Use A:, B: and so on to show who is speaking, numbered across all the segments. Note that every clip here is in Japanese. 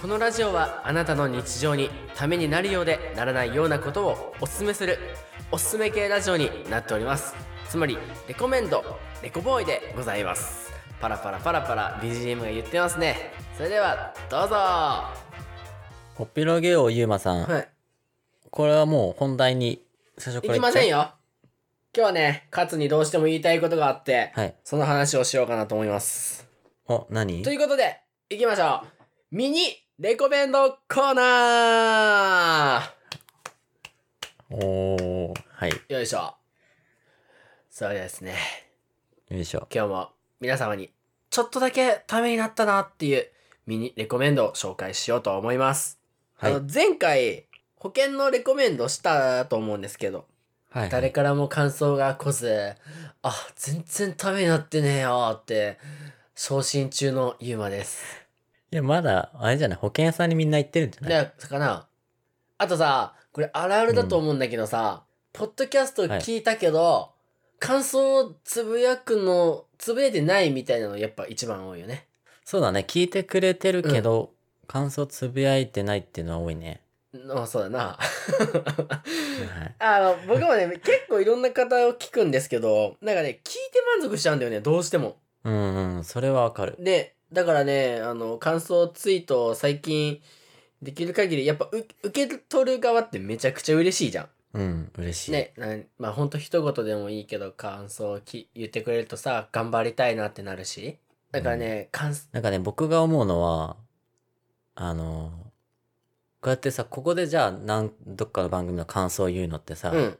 A: このラジオはあなたの日常にためになるようでならないようなことをおすすめするおすすめ系ラジオになっておりますつまりレコメンドレコボーイでございますパラパラパラパラ BGM が言ってますねそれではどうぞは
B: ほっぺらげようゆうまさん、
A: い
B: これはもう本題に最初
A: 行
B: から
A: き
B: 言
A: ま
B: っちゃ
A: せ
B: うん
A: よ今日はね勝にどうしても言いたいことがあって、
B: はい
A: その話をしようかなと思います
B: お何
A: ということで行きましょうミニレコメンドコーナー
B: おーはいよ
A: よいしょ。それではですね、
B: いしょ
A: 今日も皆様にちょっとだけためになったなっていうミニレコメンドを紹介しようと思います。
B: はい
A: あの前回保険のレコメンドしたと思うんですけど、
B: はい
A: 誰からも感想が来ず、あ、全然ためになってねえよって、昇進中のユーマです。
B: いやまだあれじゃない保険屋さんにみんな行ってるんじゃない
A: だかなあとさこれあるあるだと思うんだけどさ、ポッドキャスト聞いたけど、感想をつぶやくのつぶやいてないみたいなのやっぱ一番多いよね
B: そうだね聞いてくれてるけど、感想つぶやいてないっていうのは多いね、
A: のそうだな
B: はい、
A: あの僕もね結構いろんな方を聞くんですけどなんかね聞いて満足しちゃうんだよねどうしても
B: うんうんそれはわかる
A: でだからねあの感想ツイートを最近できる限りやっぱう受け取る側ってめちゃくちゃ嬉しいじゃん
B: うん嬉しい、
A: ね、なんまあほんと一言でもいいけど感想をき言ってくれるとさ頑張りたいなってなるしだからね、感想
B: なんかね僕が思うのはあのこうやってさここでじゃあなんどっかの番組の感想を言うのってさ、
A: うん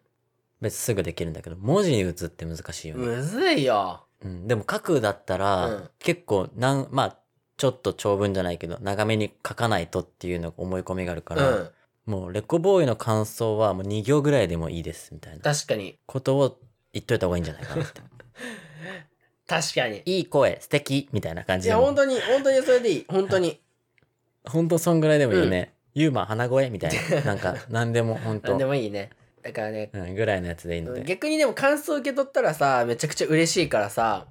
B: 別にすぐできるんだけど文字に打つって難しいよね、
A: むずいよ
B: うん、でも書くだったら、
A: うん
B: 結構なんまあちょっと長文じゃないけど長めに書かないとっていうの思い込みがあるか
A: う
B: ら、
A: ん
B: もうレコボーイの感想はもう2行ぐらいでもいいですみたいな
A: 確かに
B: ことを言っといた方がいいんじゃないか なって
A: 確かに
B: いい声素敵みたいな感
A: い
B: じで
A: や
B: も
A: 本当に本当にそれでいい本当 に
B: ほんとそんぐらいでもいいよね、ユーマ鼻声みたいななんか何でも本当
A: 何でもいいねだからね
B: うんぐらいのやつでいいので、
A: 逆にでも感想受け取ったらさめちゃくちゃ嬉しいからさ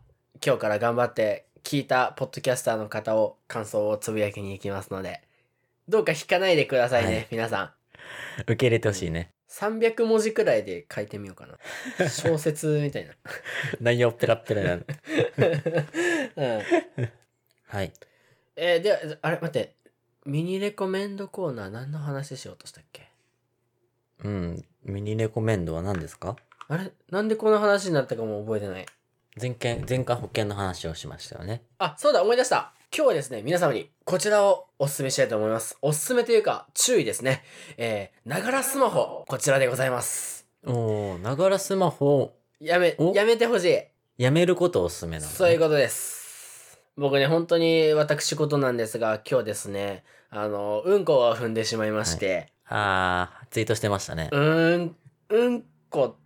A: 今日から頑張って聞いたポッドキャスターの方を感想をつぶやきに行きますのでどうか引かないでくださいね、
B: はい
A: 皆さん
B: 受け入れてほしいね、
A: 300文字くらいで書いてみようかな小説みたいな、
B: 内容ペラッペラなの
A: うん
B: はい
A: えーではあれ待ってミニレコメンドコーナー何の話しようとしたっけ
B: うんミニレコメンドは何ですか
A: あれなんでこの話になったかも覚えてない
B: 前回前回保険の話をしましたよね
A: あそうだ思い出した今日はですね皆様にこちらをお勧めしたいと思いますおすすめというか注意ですねえーながらスマホこちらでございます
B: おおながらスマホを
A: やめ
B: お
A: やめてほしい
B: やめることをおすすめなの、ね、
A: そういうことです。僕ね、本当に私事なんですが、今日ですね、あの、うんこを踏んでしまいまして、
B: あーツイートしてました ね、
A: うーん、うんこ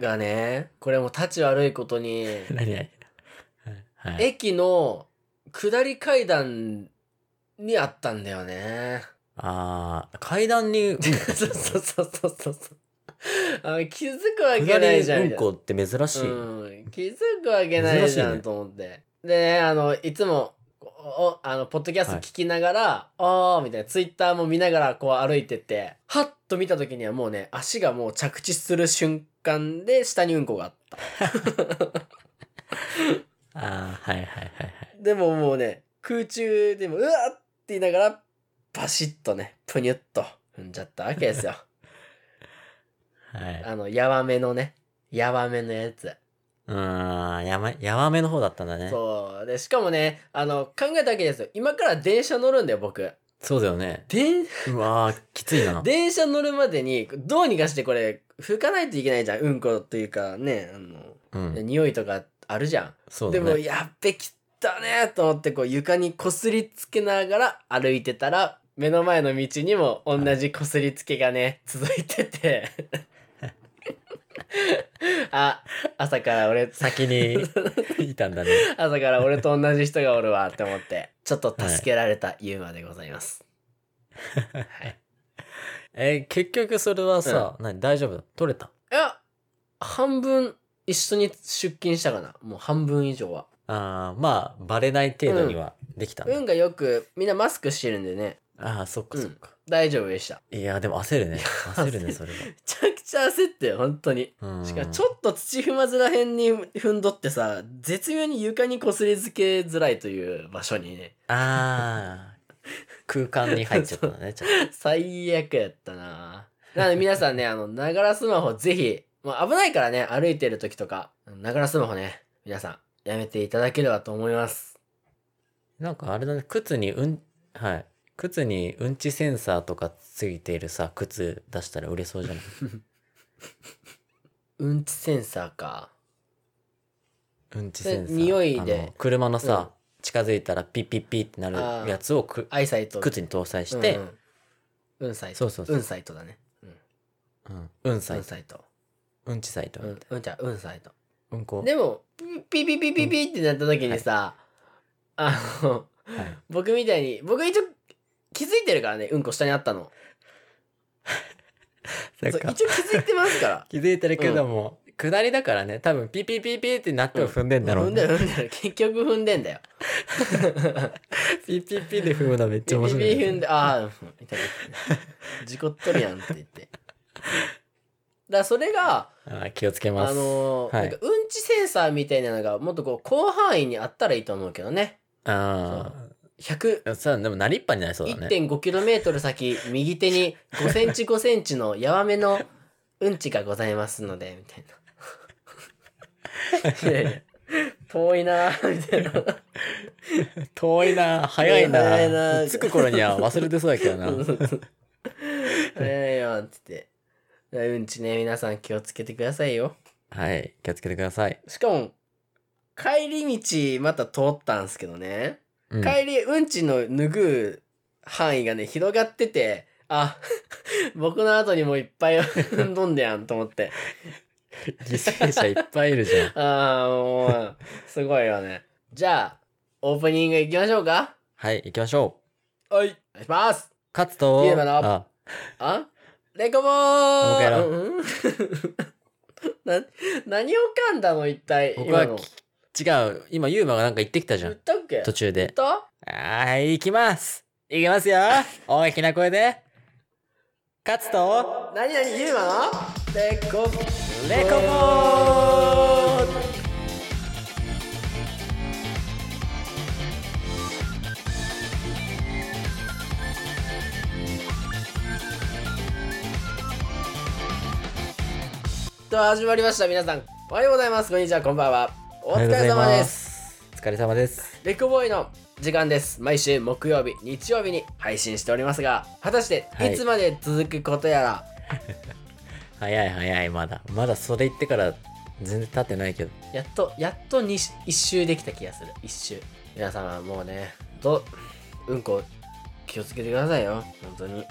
A: がね、これもう立ち悪いこと に、
B: 何々はい、
A: 駅の下り階段にあったんだよね。
B: あー階段にう ん
A: そうそうそうそうそう。あの気づくわけ
B: 下
A: な
B: り
A: いじゃん。
B: う
A: み
B: ん
A: たいな
B: こって珍しい、
A: うん、気づくわけないじゃ
B: 珍しい
A: ん
B: ね
A: と思って、でねあのいつもおあのポッドキャスト
B: はい
A: 聞きながら、あーみたいなツイッターも見ながらこう歩いてってはっと見た時にはもうね足がもう着地する瞬間で下にうんこがあった
B: あーはいはいはいはい
A: でももうね空中でもうわーって言いながらバシッとねプニュッと踏んじゃったわけです よ
B: はい
A: あのやわめのねやわめのやつ
B: うーんやまやわめの方だったんだねそう
A: そうでしかもねあの考えたわけですよ今から電車乗るんだよ僕
B: だよね
A: 電
B: うわーきついな
A: 電車乗るまでにどうにかしてこれ拭かないといけないじゃんうんこというかねあの、
B: うん
A: 匂いとかあるじゃん、
B: そう
A: で
B: だ
A: も
B: ね
A: やっべきったねと思ってこう床にこすりつけながら歩いてたら目の前の道にも同じこすりつけがね 続いてて あ朝から俺
B: 先にいたんだね
A: 朝から俺と同じ人がおるわって思ってちょっと助けられたユーマでございます、はい
B: えー結局それはさ、何大丈夫取れた
A: いや、半分一緒に出勤したかな。もう半分以上は。
B: ああ、まあ、バレない程度にはできたんだ。
A: 運がよくみんなマスクしてるんでね
B: ああ、そっかそっか。
A: 大丈夫でした
B: いや、でも焦るね。焦るね、それ
A: めちゃくちゃ焦って本当に
B: は。うん
A: しかもちょっと土踏まずら辺に踏んどってさ絶妙に床にこすりつけづらいという場所にね
B: ああ、空間に入っちゃった のね、ちょっ
A: 最悪やったななので皆さんねあのながらスマホぜひ、まあ、危ないからね歩いてる時とかながらスマホね皆さんやめていただければと思います
B: と。なんかあれだね、靴にうん、はい。靴にうんちセンサーとかついているさ、靴出したら売れそうじゃない
A: うんちセンサーか
B: うんちセンサー。
A: で匂いで
B: あの車のさ、近づいたらピッピッピッってなるやつをく
A: アイサイト
B: 靴に搭載して、
A: うんうん、うんサイト
B: そうそうそう
A: うんサイトだねうん
B: うん、うんサ
A: う
B: イ
A: ん
B: ト、
A: サイト
B: うんちサイト
A: う
B: み
A: ん
B: たい
A: うんじゃうんサイト
B: な。うんこ。
A: でも、ピピピピピピってなった時にさ、あの、
B: はい
A: 僕みたいに、僕一応気づいてるからね、うんこ下にあったの。
B: なん
A: そう
B: か
A: 一応気づいてますから。
B: 気づいてるけども、下りだからね、多分ピピピピってなっても踏んでんだろ
A: 踏
B: うんね。
A: でる踏んでる。結局踏んでんだよ。
B: ピピピで踏むのめっ
A: ピピ
B: ちゃ
A: ピ
B: 面白いね。
A: 踏んで、ああ、うんみたいな。事故っとるやんって言って。だからそれが、
B: あー気をつけます。
A: あのー
B: は
A: ないんかうんちセンサーみたいなのがもっとこう広範囲にあったらいいと思うけどね。
B: あ
A: 100、
B: あ。さあ、でもなりっぱになりそうだね。
A: 1.5km 先右手に5センチ5センチのやわめのうんちがございますのでみ たいないやいや遠いなみたいな
B: 遠いな、早いな。
A: 早いな
B: 着く頃には忘れてそうだけどな。
A: 早いよっつってうんちね皆さん気をつけてくださいよ
B: はい。気をつけてください。
A: しかも帰り道また通ったんすけどね、
B: うん、
A: 帰りうんちの脱ぐ範囲がね広がっててあ僕の後にもいっぱい 踏んどんでやんと思って
B: 犠牲者いっぱいいるじゃん。
A: ああ、もう、すごいよね。じゃあ、オープニングいきましょうか
B: はい、行きましょう。
A: はい。お願いします。
B: 勝つと、
A: ピエロの
B: あ、
A: あレコボ
B: もう一回や
A: ー
B: ろ
A: う
B: うん
A: うん な、何を噛んだの一体、
B: 僕は
A: 今の。
B: 違う。今、ユーマがなんか言ってきたじゃ
A: 言っ
B: ん。
A: たっけ
B: 途
A: 言
B: 中
A: っ
B: で。
A: た
B: はい、行きます。行きますよ。大きな声で。勝つと、
A: 何々言うわのレコ、
B: レコボー
A: と始まりました、皆さん。おはようございます。こんにちは、こんばんは。お疲れ様です。
B: す。お疲れ様です。
A: レコボーイの時間です毎週木曜日日曜日に配信しておりますが果たして
B: はい
A: いつまで続くことやら、
B: 早い早い、まだ。まだそれ言ってから全然経ってないけど。
A: やっとやっとにし一周できた気がする一周皆さんはもうねどうんこ気をつけてくださいよ本当に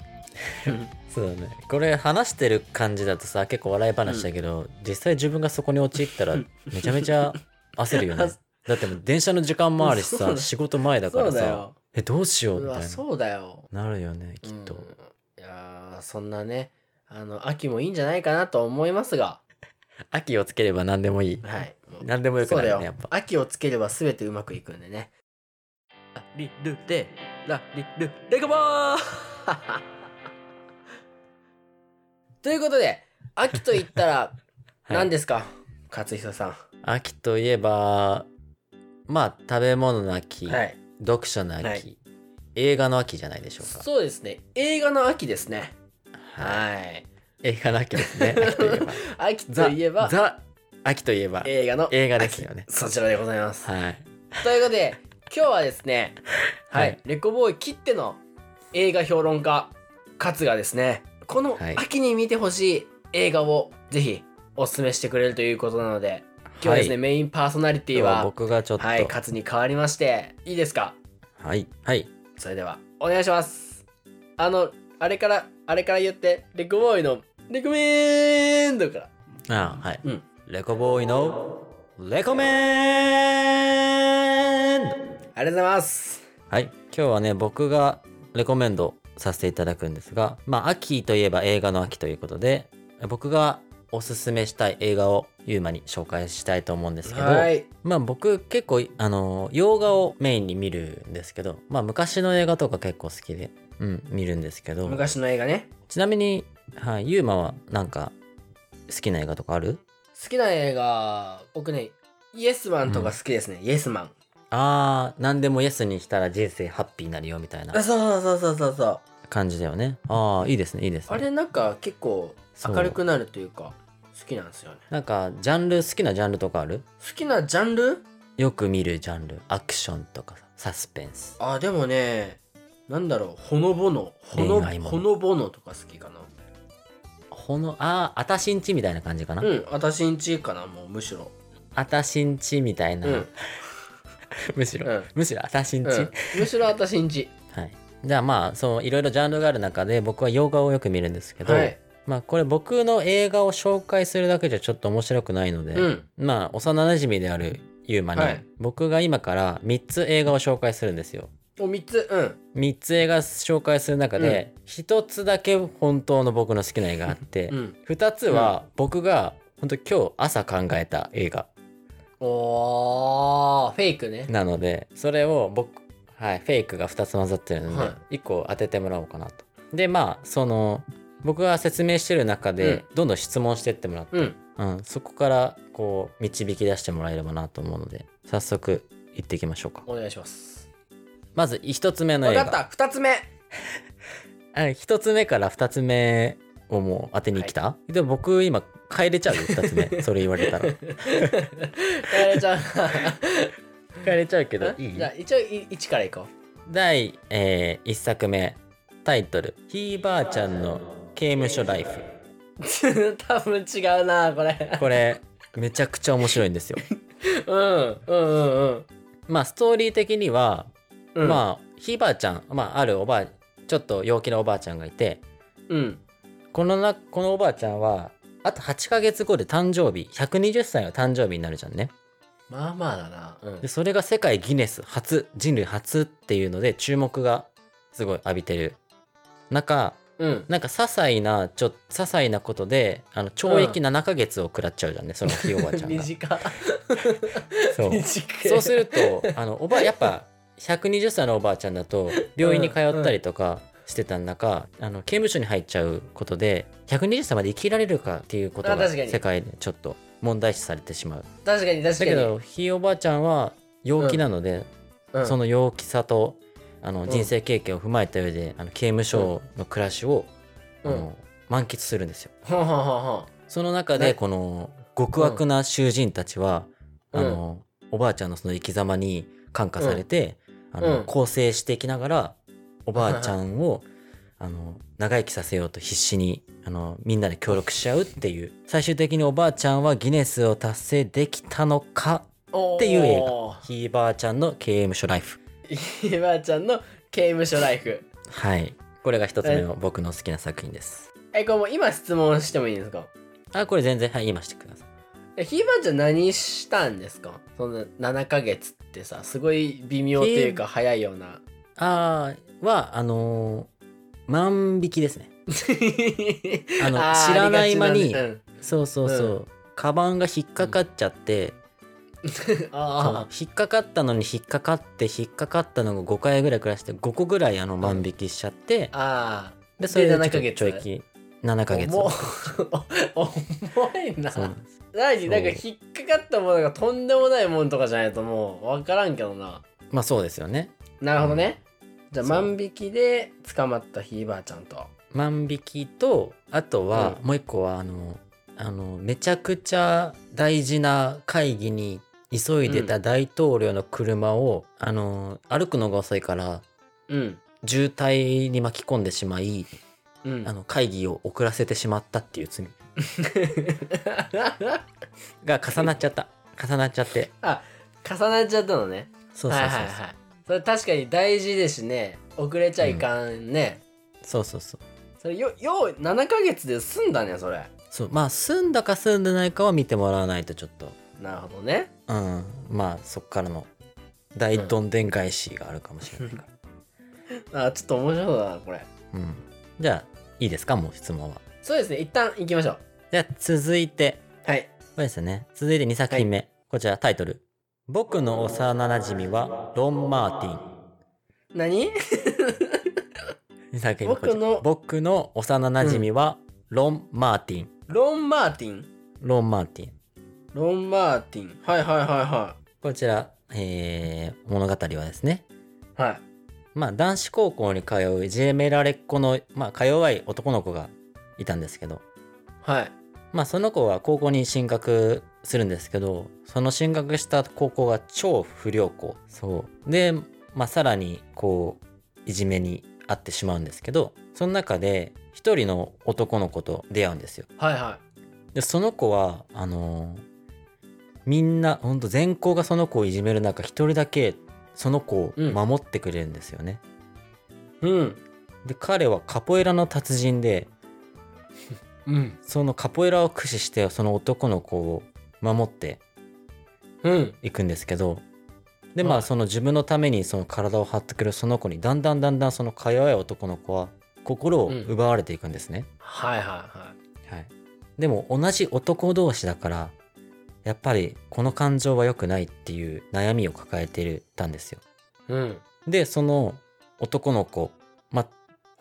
B: そうだね。これ話してる感じだとさ、結構笑い話だけど、実際自分がそこに陥っ たら、めちゃめちゃ焦るよね。だってもう電車の時間もあるし
A: そう
B: さ、
A: だ
B: 仕事前だか
A: そ
B: ら
A: うだ
B: さ、
A: よ
B: え、どうしよう
A: う
B: みたい
A: わ
B: な。
A: そうだよ
B: なるよね、きっ
A: う
B: と。
A: んいやーそんなねあの秋もいいんじゃないかなと思いますが
B: 秋をつければ何でもいい。
A: はい
B: 何でもよく
A: そう
B: な
A: だ
B: る
A: よ、
B: ね、やっぱ。
A: 秋をつければ全てうまくいくんでねラリルでラリルレコボー ということで秋と言ったら
B: はい
A: 何ですか、勝久さ
B: 秋といえば、まあ、食べ物の秋、
A: んはい
B: 読書の秋、
A: はい
B: 映画の秋じゃないでしょうか。
A: そうですね映画の秋ですね
B: はい
A: はい
B: 映画の秋です ね、秋といえば。
A: 秋といえば
B: ザザ秋といえば
A: 映画の
B: 映画ですよね。
A: そちらでございます
B: はい。
A: ということで今日はですねはい、
B: はい
A: レコボーイ切っての映画評論家勝がですねこの
B: はい
A: 秋に見てほしい映画をぜひおすすめしてくれるということなので今日はですね、
B: はい
A: メインパーソナリティ
B: 今日は
A: は
B: 僕がちょっと。
A: は
B: はいい。
A: 勝に変わりましていいですか
B: はい。はい。
A: それではお願いしますあのあれからあれから言ってレコボーイのレコメンドから
B: あはい。
A: うん
B: レコボーイのレコメンド
A: ありがとうございます
B: はい。今日はね、僕がレコメンドさせていただくんですが、まあ、秋といえば映画の秋ということで、僕がおすすめしたい映画をユーマに紹介したいと思うんですけど、
A: はい
B: まあ僕結構あの洋画をメインに見るんですけど、まあ昔の映画とか結構好きで、うん、見るんですけど、
A: 昔の映画ね
B: ちなみに、はい、ユーマはなんか好きな映画とかある
A: 好きな映画僕ねイエスマンとか好きですね、イエスマン
B: ああ、何でもイエスにしたら人生ハッピーになるよみたいな
A: あそうそうそうそうそう
B: 感じだよね。ああ、いいですね、いいですね。
A: あれなんか結構
B: そう
A: 明るくなるというか好きなんですよね
B: なんか、ジャンル、好きなジャンルとかある
A: 好きなジャンル
B: よく見るジャンル。アクションとかさ、サスペンス。
A: あでもねなんだろうほのぼのほの
B: 恋愛もの
A: ほのぼのとか好きかな
B: ほの、ああ、あたしんちみたいな感じかな。
A: うん私んちかなもうむしろ
B: あたしんちみたいな。
A: うん
B: むしろ、
A: うん
B: むしろあたしんち。
A: うんむしろ私んち
B: はい。じゃあまあ、そう、いろいろジャンルがある中で、僕は洋画をよく見るんですけ ど、
A: はい
B: まあこれ僕の映画を紹介するだけじゃちょっと面白くないので、
A: うん
B: まあ幼馴染であるユーマに、
A: はい
B: 僕が今から3つ映画を紹介するんですよ。
A: もう3つうん
B: 3つ映画紹介する中で、1つだけ本当の僕の好きな映画があって、
A: うん
B: 2つは僕が本当今日朝考えた映画
A: おーフェイクね
B: なので、それを僕、はい、フェイクが2つ混ざってるの
A: は
B: で、1個当ててもらおうかなと。で、まあその、僕が説明してる中で、どんどん質問してってもらって
A: うん
B: うん、そこからこう導き出してもらえればなと思うので早速行っていきましょうか
A: お願いします
B: まず一つ目の
A: 分
B: 映
A: か
B: 画
A: った2つ目
B: あ一つ目から二つ目をもう当てに来た、でも僕今帰れちゃうよ二つ 目それ言われたら帰
A: やられちゃう
B: れちゃう けど
A: な
B: いい
A: じゃあ一応1からいこ
B: 第、えー、1作目タイトル「ひいばあちゃんの刑務所ライフ
A: う 多分違うなこれ」
B: これめちゃくちゃ面白いんですよ
A: うんうんうんうん
B: まあストーリー的には、
A: うん
B: まあひいばあちゃん、まあ、あるおばあちょっと陽気なおばあちゃんがいて
A: うん
B: このなこのおばあちゃんはあと8ヶ月後で誕生日120歳の誕生日になるじゃんね
A: まあまあだなうん
B: でそれが世界ギネス初人類初っていうので注目がすごい浴びてる中
A: うん
B: なんか些細なちょ些細なことであの懲役7ヶ月を食らっちゃうじゃんね、そのひいおばあ ちゃんが
A: 短
B: そう
A: 短い
B: そうするとあのおばやっぱ120歳のおばあちゃんだと病院に通ったりとかしてた中、あの刑務所に入っちゃうことで120歳まで生きられるかっていうこと
A: あ
B: が
A: 確かに
B: 世界でちょっと問題視されてしまう
A: 確かに確か
B: だ
A: に
B: けどひいおばあちゃんは陽気なので、
A: うん
B: その陽気さとあの
A: ん
B: 人生経験を踏まえた上であの刑務所の暮らしを、
A: うん
B: あの満喫するんですよ
A: ほんほんほんほ
B: その中
A: ね
B: でこの極悪な囚人たちは、
A: うん
B: あのおばあちゃんのその生き様に感化されて、あの
A: うん
B: 更生していきながらおばあちゃんをあの長生きさせようと必死にあのみんなで協力しちゃうっていう最終的におばあちゃんはギネスを達成できたのか
A: ん
B: っていう映画
A: おー
B: ひいばあちゃんの刑務所ライフ
A: ひいばあちゃんの刑務所ライフ
B: はいこれが一つ目の僕の好きな作品です
A: えこれもう今質問してもいいんですか
B: あこれ全然はい今してください
A: えひいばあちゃん何したんですかその7ヶ月ってさすごい微妙というか早いよう な
B: あーはあのー万引きですねあの
A: ー
B: 知らない間
A: あり
B: に
A: がちだね
B: そうそうそう、
A: う
B: カバンが引っかかっちゃって、
A: うんあ
B: そう引っかかったのに引っかかって引っかかったのが5回ぐらい暮らして5個ぐらいあの万引きしちゃって
A: ー、あ
B: でそれ
A: で
B: で
A: 7ヶ
B: ち
A: 月
B: ょっと懲役7ヶ
A: ー
B: 月
A: 重 重いな
B: そうなんです
A: 何
B: そう
A: なんか引っかかったものがとんでもないもんとかじゃないともう分からんけどな
B: まあそうですよね
A: なるほどね、じゃあ
B: そう
A: 万引きで捕まったひいばあちゃんと
B: 万引きとあとは、
A: う
B: もう一個はあのあのめちゃくちゃ大事な会議に急いでた大統領の車を、あの歩くのが遅いから
A: うん
B: 渋滞に巻き込んでしまい
A: うん
B: あの会議を遅らせてしまったっていう罪が重なっちゃった重なっちゃって
A: 重なっちゃったのね
B: そう
A: は
B: そ
A: いうはい
B: そう
A: はいそれ確かに大事ですしね遅れちゃいかんね、
B: そうそうそう
A: それよよう7ヶ月で済んだねそれ
B: そうまあ済んだか済んでないかは見てもらわないとちょっと
A: なるほどね
B: うんまあそっからの大どんでん返しがあるかもしれないから、
A: あちょっと面白そうだなこれ
B: うんじゃあいいですかもう質問は
A: そうですね一旦行きましょう
B: じじゃあ続いて、
A: はい。
B: これですね。続いて2作品目。こちらタイトル。僕の幼馴染はロン・マーティ
A: 何
B: ン。2作品目。こち
A: 僕
B: ら
A: の
B: 僕の幼馴染はロン・マーティン。
A: ロン・マーティン。
B: ロン・マーティン。
A: ロン・マーティン。はいはいはいは
B: こちら、えー物語はですね。
A: い。はい。
B: まあ男子高校に通ういじめられっ子の、まあか弱い男の子がいたんですけど、
A: はい。
B: まあその子は高校に進学するんですけどその進学した高校が超不良校そうで、まあ、さらにこういじめに遭ってしまうんですけどその中で一人の男の子と出会うんですよ
A: はいは
B: でその子はあのーみんなほんと全校がその子をいじめる中一人だけその子を守ってくれるんですよね、
A: い。うん。
B: で彼はカポエラの達人で
A: うん。
B: そのカポエラを駆使してその男の子を守って
A: うん。
B: 行くんですけどで
A: はい
B: まあその自分のためにその体を張ってくるその子にだんだんだんだんそのか弱い男の子は心を奪われていくんですね、
A: はいはいは
B: はい、でも同じ男同士だからやっぱりこの感情は良くないっていう悩みを抱えていたんですよ
A: い。うん。
B: でその男の子、ま、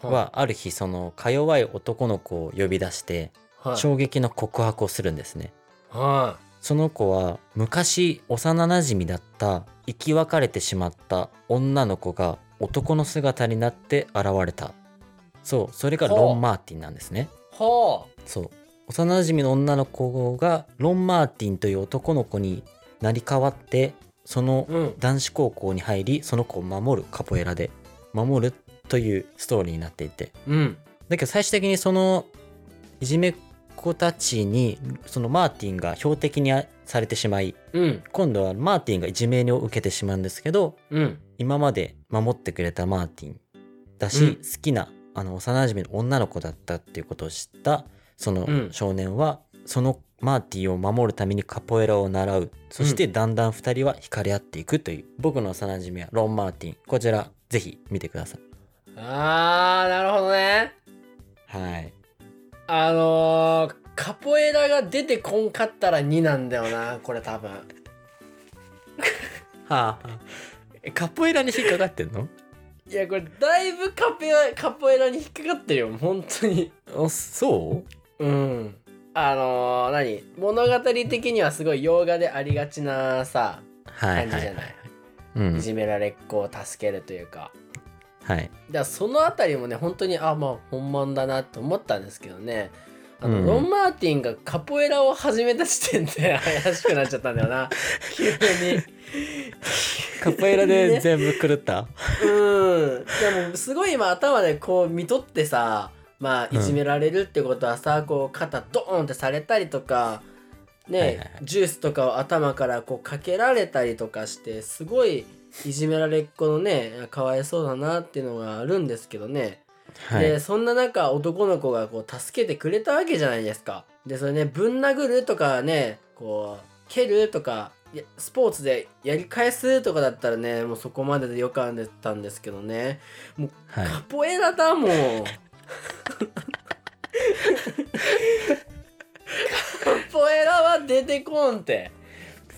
A: は
B: はある日そのか弱い男の子を呼び出して
A: い。はい。
B: 衝撃の告白をするんですね
A: は
B: その子は昔幼なじみだった生き別れてしまった女の子が男の姿になって現れたそうそれが
A: ほう
B: ロン・マーティンなんですね
A: い。は
B: そう幼なじみの女の子がロン・マーティンという男の子になり変わってその
A: あ。うん。
B: 男子高校に入りその子を守るカポエラで守るというストーリーになっていて
A: うん。
B: だけど最終的にそのいじめっ子たちにそのマーティンが標的にされてしまい
A: うん。
B: 今度はマーティンがいじめを受けてしまうんですけど
A: うん。
B: 今まで守ってくれたマーティンだし、
A: うん
B: 好きなあの幼馴染の女の子だったっていうことを知ったその
A: うん
B: 少年は、そのマーティンを守るためにカポエラを習うそしてだんだん2人は惹かれ合っていくという、僕の幼馴染はロン・マーティンこちらぜひ見てください
A: あー、なるほどね。
B: はい
A: あのー、カポエラが出てこんかったら2なんだよな、これ多分。
B: はあえカポエラに引っかかってんの
A: いや、これだいぶカペラカポエラに引っかかってるよ、本当に。
B: あそう
A: うん。あのー、何物語的にはすごい洋画でありがちなさ、
B: はい
A: 感
B: は
A: じ
B: い
A: じゃ
B: はい
A: ない。い
B: うん
A: じめられっ子を助けるというか。
B: はい
A: だからそのあたりもね本当にあまあ本物だなと思ったんですけどねあの、
B: うん
A: ロン・マーティンがカポエラを始めた時点で怪しくなっちゃったんだよ な急に
B: カポエラで全部狂った
A: うんでもすごい今頭でこう見とってさまあいじめられるってことはさ、こう肩ドーンってされたりとかね、
B: はいはいはい
A: ジュースとかを頭からこうかけられたりとかしてすごいいじめられっ子のねかわいそうだなっていうのがあるんですけどね
B: はい
A: でそんな中男の子がこう助けてくれたわけじゃないですかでそれねぶん殴るとかねこう蹴るとかいやスポーツでやり返すとかだったらねもうそこまででよかったんですけどね
B: はい
A: カポエラだもんカポエラは出てこんって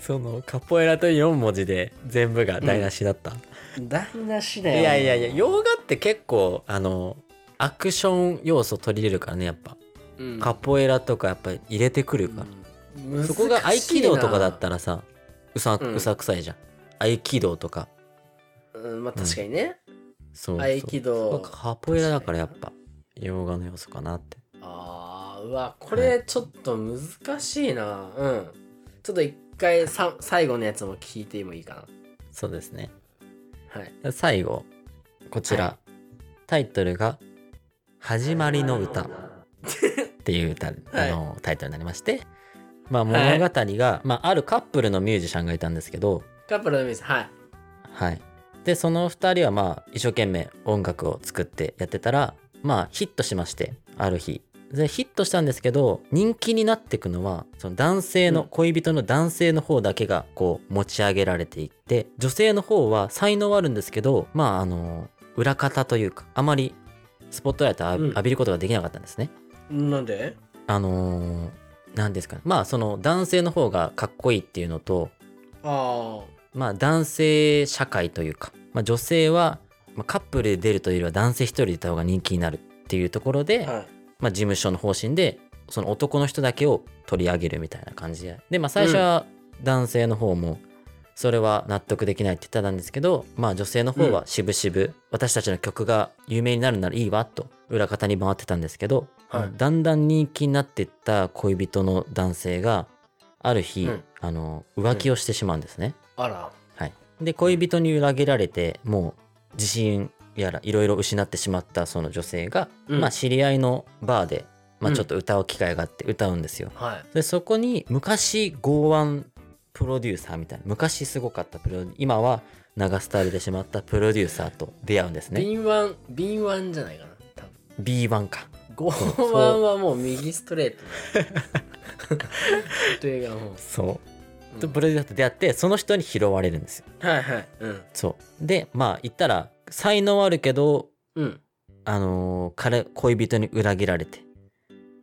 B: そのカポエラと4文字で全部が台無しだった、
A: 台無しだよ
B: いやいやいや洋画って結構あのアクション要素取り入れるからねやっぱ、
A: うん
B: カポエラとかやっぱり入れてくるから、
A: うん
B: そこが合気道とかだっ
A: 難
B: たらさうさ,、
A: う
B: うんさくさいじゃん合気道とか
A: しいな、うん、まあ確かにね、
B: そう
A: 合気
B: そう
A: 道
B: そこがカポエラだからやっぱ洋画の要素かなって
A: あーうわこれちょっと難しいな、うんちょっと一回さ最後のやつも聞いてもいいか
B: そうですね
A: なはい
B: 最後こちら、
A: は
B: タイトルが「始まりの歌」っていう歌、あのタイトルになりまして、まあ、物
A: はい
B: 語が、まあ、あるカップルのミュージシャンがいたんですけど、
A: カップルの皆さんはい
B: はい、でその2人はまあ一生懸命音楽を作ってやってたら、まあ、ヒットしましてある日でヒットしたんですけど人気になっていくのはその男性の、
A: うん
B: 恋人の男性の方だけがこう持ち上げられていって女性の方は才能はあるんですけどまああの裏方というかあまりスポットライトを浴び
A: うん
B: 浴びることができなかったんですね。
A: なんで
B: あのーなんですかねまあその男性の方がかっこいいっていうのと
A: あ
B: まあ男性社会というか、まあ、女性はまあカップルで出るというよりは男性一人で出た方が人気になるっていうところで、
A: あはい
B: まあ、事務所の方針でその男の人だけを取り上げるみたいな感じでで、まあ、最初は男性の方もそれは納得できないって言ってたんですけど、まあ、女性の方は渋々、私たちの曲が有名になるならいいわと裏方に回ってたんですけど、
A: はい
B: だんだん人気になってった恋人の男性がある日、
A: うん
B: あの浮気をしてしまうんですね。
A: あら
B: はい、で恋人に裏切られてもう自信やらいろいろ失ってしまったその女性が、
A: うん
B: まあ、知り合いのバーで、まあ、
A: うん
B: ちょっと歌う機会があって歌うんですよ。
A: はい
B: でそこに昔剛腕プロデューサーみたいな昔すごかったプロ今は流す廃れてしまったプロデューサーと出会うんですね。
A: 敏腕敏腕じゃないかな多分
B: B1 か。
A: 剛腕
B: う
A: はもう右ストレ ートというかもう
B: そう。
A: う
B: と
A: ん
B: プロデューサーと出会ってその人に拾われるんですよ。
A: はいはいうん
B: そうでまあ言ったら才能あるけど
A: うん
B: あのー彼恋人に裏切られて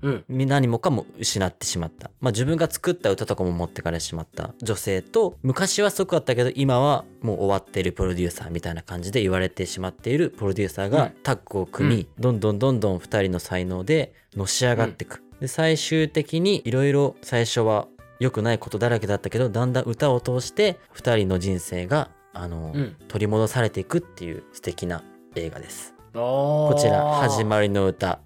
A: うん
B: 何もかも失ってしまった、まあ、自分が作った歌とかも持ってかれてしまった女性と昔はすごかったけど今はもう終わってるプロデューサーみたいな感じで言われてしまっているプロデューサー
A: う
B: が
A: ん
B: タッグを組み、どんどんどんどん2人の才能でのし上がっていく、で最終的にいろいろ最初は良くないことだらけだったけどだんだん歌を通して2人の人生があの、
A: うん
B: 取り戻されていくっていう素敵な映画です
A: こ
B: こちら「始まりの歌」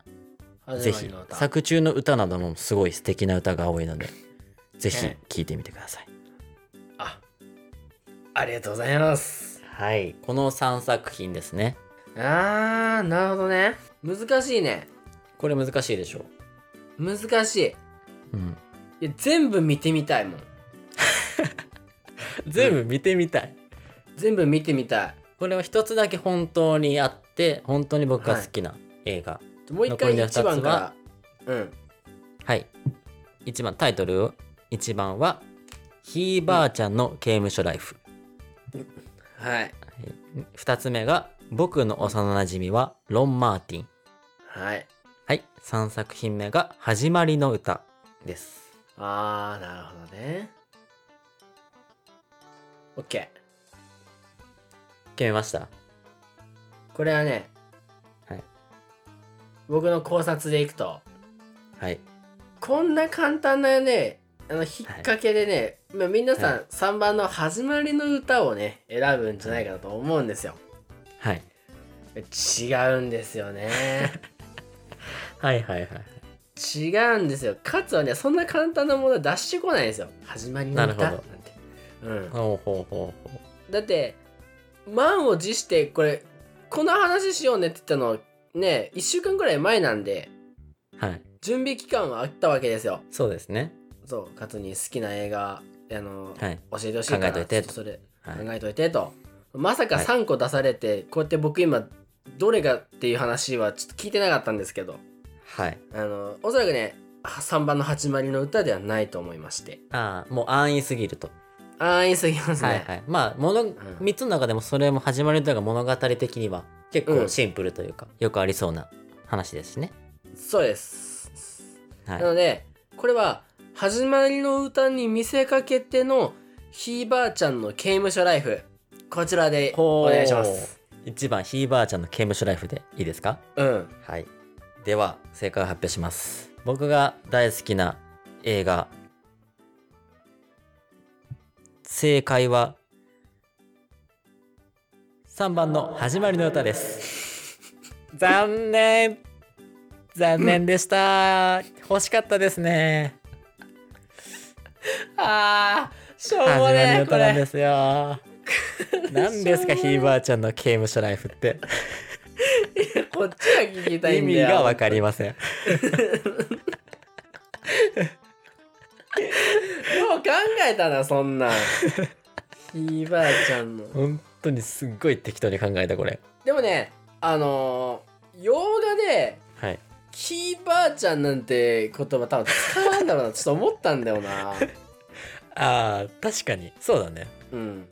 A: る
B: ぜひ作中の歌などもすごい素敵な歌が多いのでぜひ聴いてみてください、
A: あありがとうございます
B: はいこの3作品ですね
A: あーなるほどね難しいね
B: これ難しいでしょ
A: 難しい
B: うん、
A: いや全部見てみたいもん
B: 全部見てみたい、
A: 全部見てみた
B: これは一つだけ本当にあって本当に僕が好きな映画
A: いもう一
B: 残
A: 回
B: りの二つ
A: 一
B: は
A: 番からうん
B: はい、一番タイトルを一番は「ひいばあちゃんの刑務所ライフ
A: はい」
B: 二つ目が「僕の幼なじみはロン・マーティン
A: はい」
B: はい3作品目が「始まりの歌」です
A: あーなるほどね OK
B: 決めました
A: これはね、
B: はい
A: 僕の考察でいくと
B: はい
A: こんな簡単なねあの引っ掛けでね、まあ皆さん3番の「始まりの歌」をね選ぶんじゃないかなと思うんですよ
B: はい
A: 違うんですよ ね
B: はいはいはい
A: 違うんですよかつはねそんな簡単なものは出してこないんですよ始まりの歌な
B: なる
A: ん
B: ほ
A: て、うん、
B: ほうほうほうほ
A: だって満を持してこれこの話しようねって言ったのね1週間ぐらい前なんで
B: うはい
A: 準備期間はあったわけですよ
B: そうですね
A: そう、カツに好きな映画、あの、
B: はい
A: 教えてほしいから、
B: 考えといて
A: ちょっそれ、
B: はい
A: 考えといてと。まさか
B: はい
A: 3個出されて、こうやって僕今、どれがっていう話はちょっと聞いてなかったんですけど、
B: はい
A: あの、おそらくね、3番の始まりの歌ではないと思いまして。
B: ああもう安易すぎると、
A: 安易すぎますね。
B: はいはいまあもの、3つの中でもそれも始まりというか物語的には結
A: う
B: 構
A: ん
B: シンプルというか、よくありそうな話ですね
A: そうです。
B: はい
A: なので、これは、始まりの歌に見せかけての、ひいばあちゃんの刑務所ライフ。こちらでお願いします。
B: 1番ひいばあちゃんの刑務所ライフでいいですか
A: うん。
B: はいでは正解を発表します僕が大好きな映画正解は3番の始まりの歌です残念残念でした欲しかったですね
A: ああ、しょう
B: 始
A: も
B: まり
A: ねえ、
B: の
A: こ
B: 歌なんで
A: れ。
B: すよ何です かひいばあちゃんの刑務所ライフって
A: こっちが聞きたい
B: 意
A: んだ
B: 味
A: よ。
B: がわかりません
A: よう考えたな、そ んなん。ひいばあちゃんの。
B: 本当にすっごい適当に考えたこれ
A: でもね、あのー、洋画で、
B: はい
A: ひいばあちゃんなんて言葉多分使わないんだろう な、ちょっと思ったんだよな。
B: あー確かにそうだね
A: うん。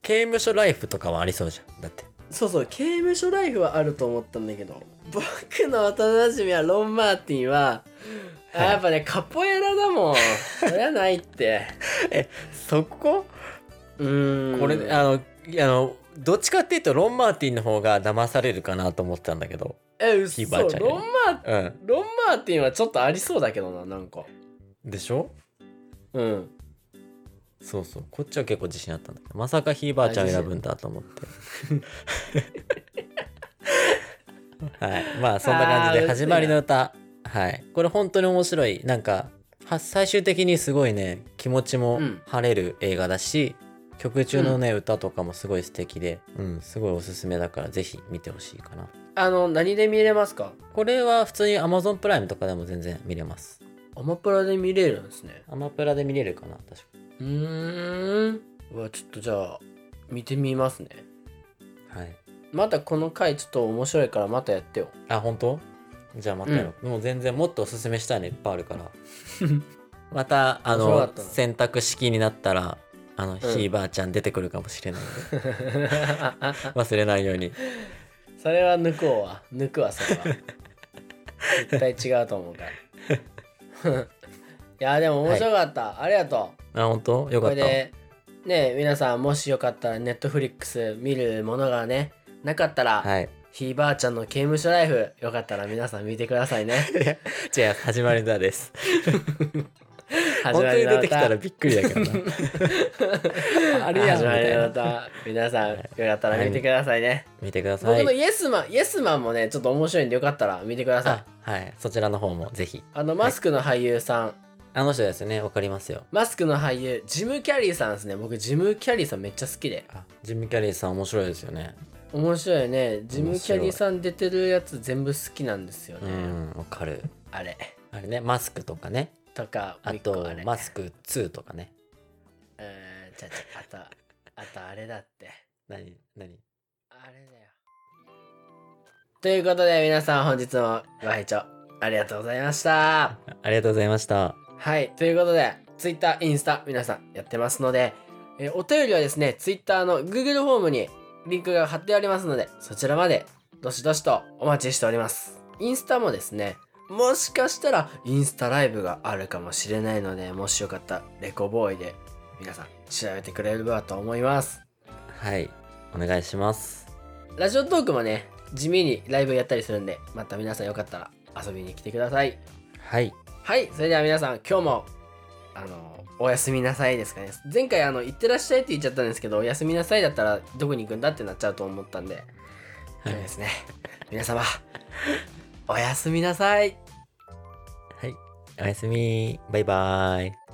B: 刑務所ライフとかはありそうじゃんだって
A: そうそう、刑務所ライフはあると思ったんだけど、僕のお友達みはロン・マーティンは、あやっぱねカポエラだもんそりゃないって
B: そこ
A: うーん
B: これ、あのいやあのどっちかっていうとロン・マーティンの方が騙されるかなと思ってたんだけど
A: え嘘
B: ひいばあちゃんより
A: ロンマー
B: うん
A: ロンマーティンはちょっとありそうだけどななんか
B: でしょ
A: うん
B: そうそうこっちは結構自信あったんだけどまさかひいばあちゃんを選ぶんだと思ってはいまあそんな感じ
A: あ
B: で
A: ー
B: 始まりの歌はいこれ本当に面白いなんかは最終的にすごいね気持ちも
A: うん
B: 晴れる映画だし、曲中のね、歌とかもすごい素敵で、うん、すごいおすすめだからぜひ見てほしいかな
A: あの何で見れますか
B: これは普通に Amazon プライムとかでも全然見れます。
A: アマプラで見れるんですね
B: アマプラで見れるかな確か
A: うーんうわちょっとじゃあ見てみますね
B: はい。
A: またこの回ちょっと面白いからまたや ってよ
B: あ、本当じゃあまたやろう。もう全然もっとおすすめしたいのいっぱいあるから。 また、あ
A: 面白か
B: の
A: っ、たな
B: 選択式になったら、あの、ひいばあちゃん出てくるかもしれない ので、忘れないように。
A: それは抜こうわ抜くわそれは絶対違うと思うからい やでも面白かった、ありがとう
B: あ、本当よ
A: こ
B: か
A: れ
B: った。
A: でね皆さんもしよかったらネットフリックス見るものがねなかったら、
B: はい。
A: ひいばあちゃんの刑務所ライフよかったら皆さん見てくださいね
B: じゃあ、始まりだです。
A: 始ま
B: 本当に
A: りの
B: 出
A: 歌
B: てきたらびっくりだけど な。あれやん
A: 始
B: み
A: ま
B: た
A: り
B: い
A: の
B: な。
A: 歌皆さんよかったら見てくださいね、
B: 見てください
A: 僕の。イエスマンイエスマンもねちょっと面白いんでよかったら見てください
B: あ、はい。そちらの方もぜひ。
A: あのマスクの俳優さん、
B: あの人ですね、わかりますよ。
A: マスクの俳優ジム・キャリーさんですね僕ジム・キャリーさんめっちゃ好きで
B: あジム・キャリーさん面白いですよね。
A: 面白いよねジム・キャリーさん出てるやつ全部好きなんですよ
B: う
A: ね、
B: ん、わかる。
A: あれ
B: あれね、マスクとかね。
A: とか
B: あ
A: もう一個
B: と
A: あ、れ
B: マスク2とかね。
A: うーんちゃちゃあとあとあれだって
B: 何何
A: あれだよということで皆さん本日もご拝聴ありがとうございました
B: あありがとうございました。
A: はい、ということで、Twitter、インスタ、皆さんやってますので、えーお便りはですね、Twitter の Google フォームにリンクが貼ってありますので、そちらまで、どしどしとお待ちしております。インスタもですね、もしかしたらインスタライブがあるかもしれないので、もしよかったらレコボーイで皆さん調べてくれればと思います。
B: はい、お願いします。
A: ラジオトークもね、地味にライブやったりするんで、また皆さんよかったら遊びに来てください。
B: はい、
A: はい、それでは皆さん、今日も、あの、おやすみなさいですかね。前回、あの、行ってらっしゃいって言っちゃったんですけど、おやすみなさいだったら、どこに行くんだってなっちゃうと思ったんで、そうですね。皆様、おやすみなさい。
B: はい、おやすみ。バイバイ。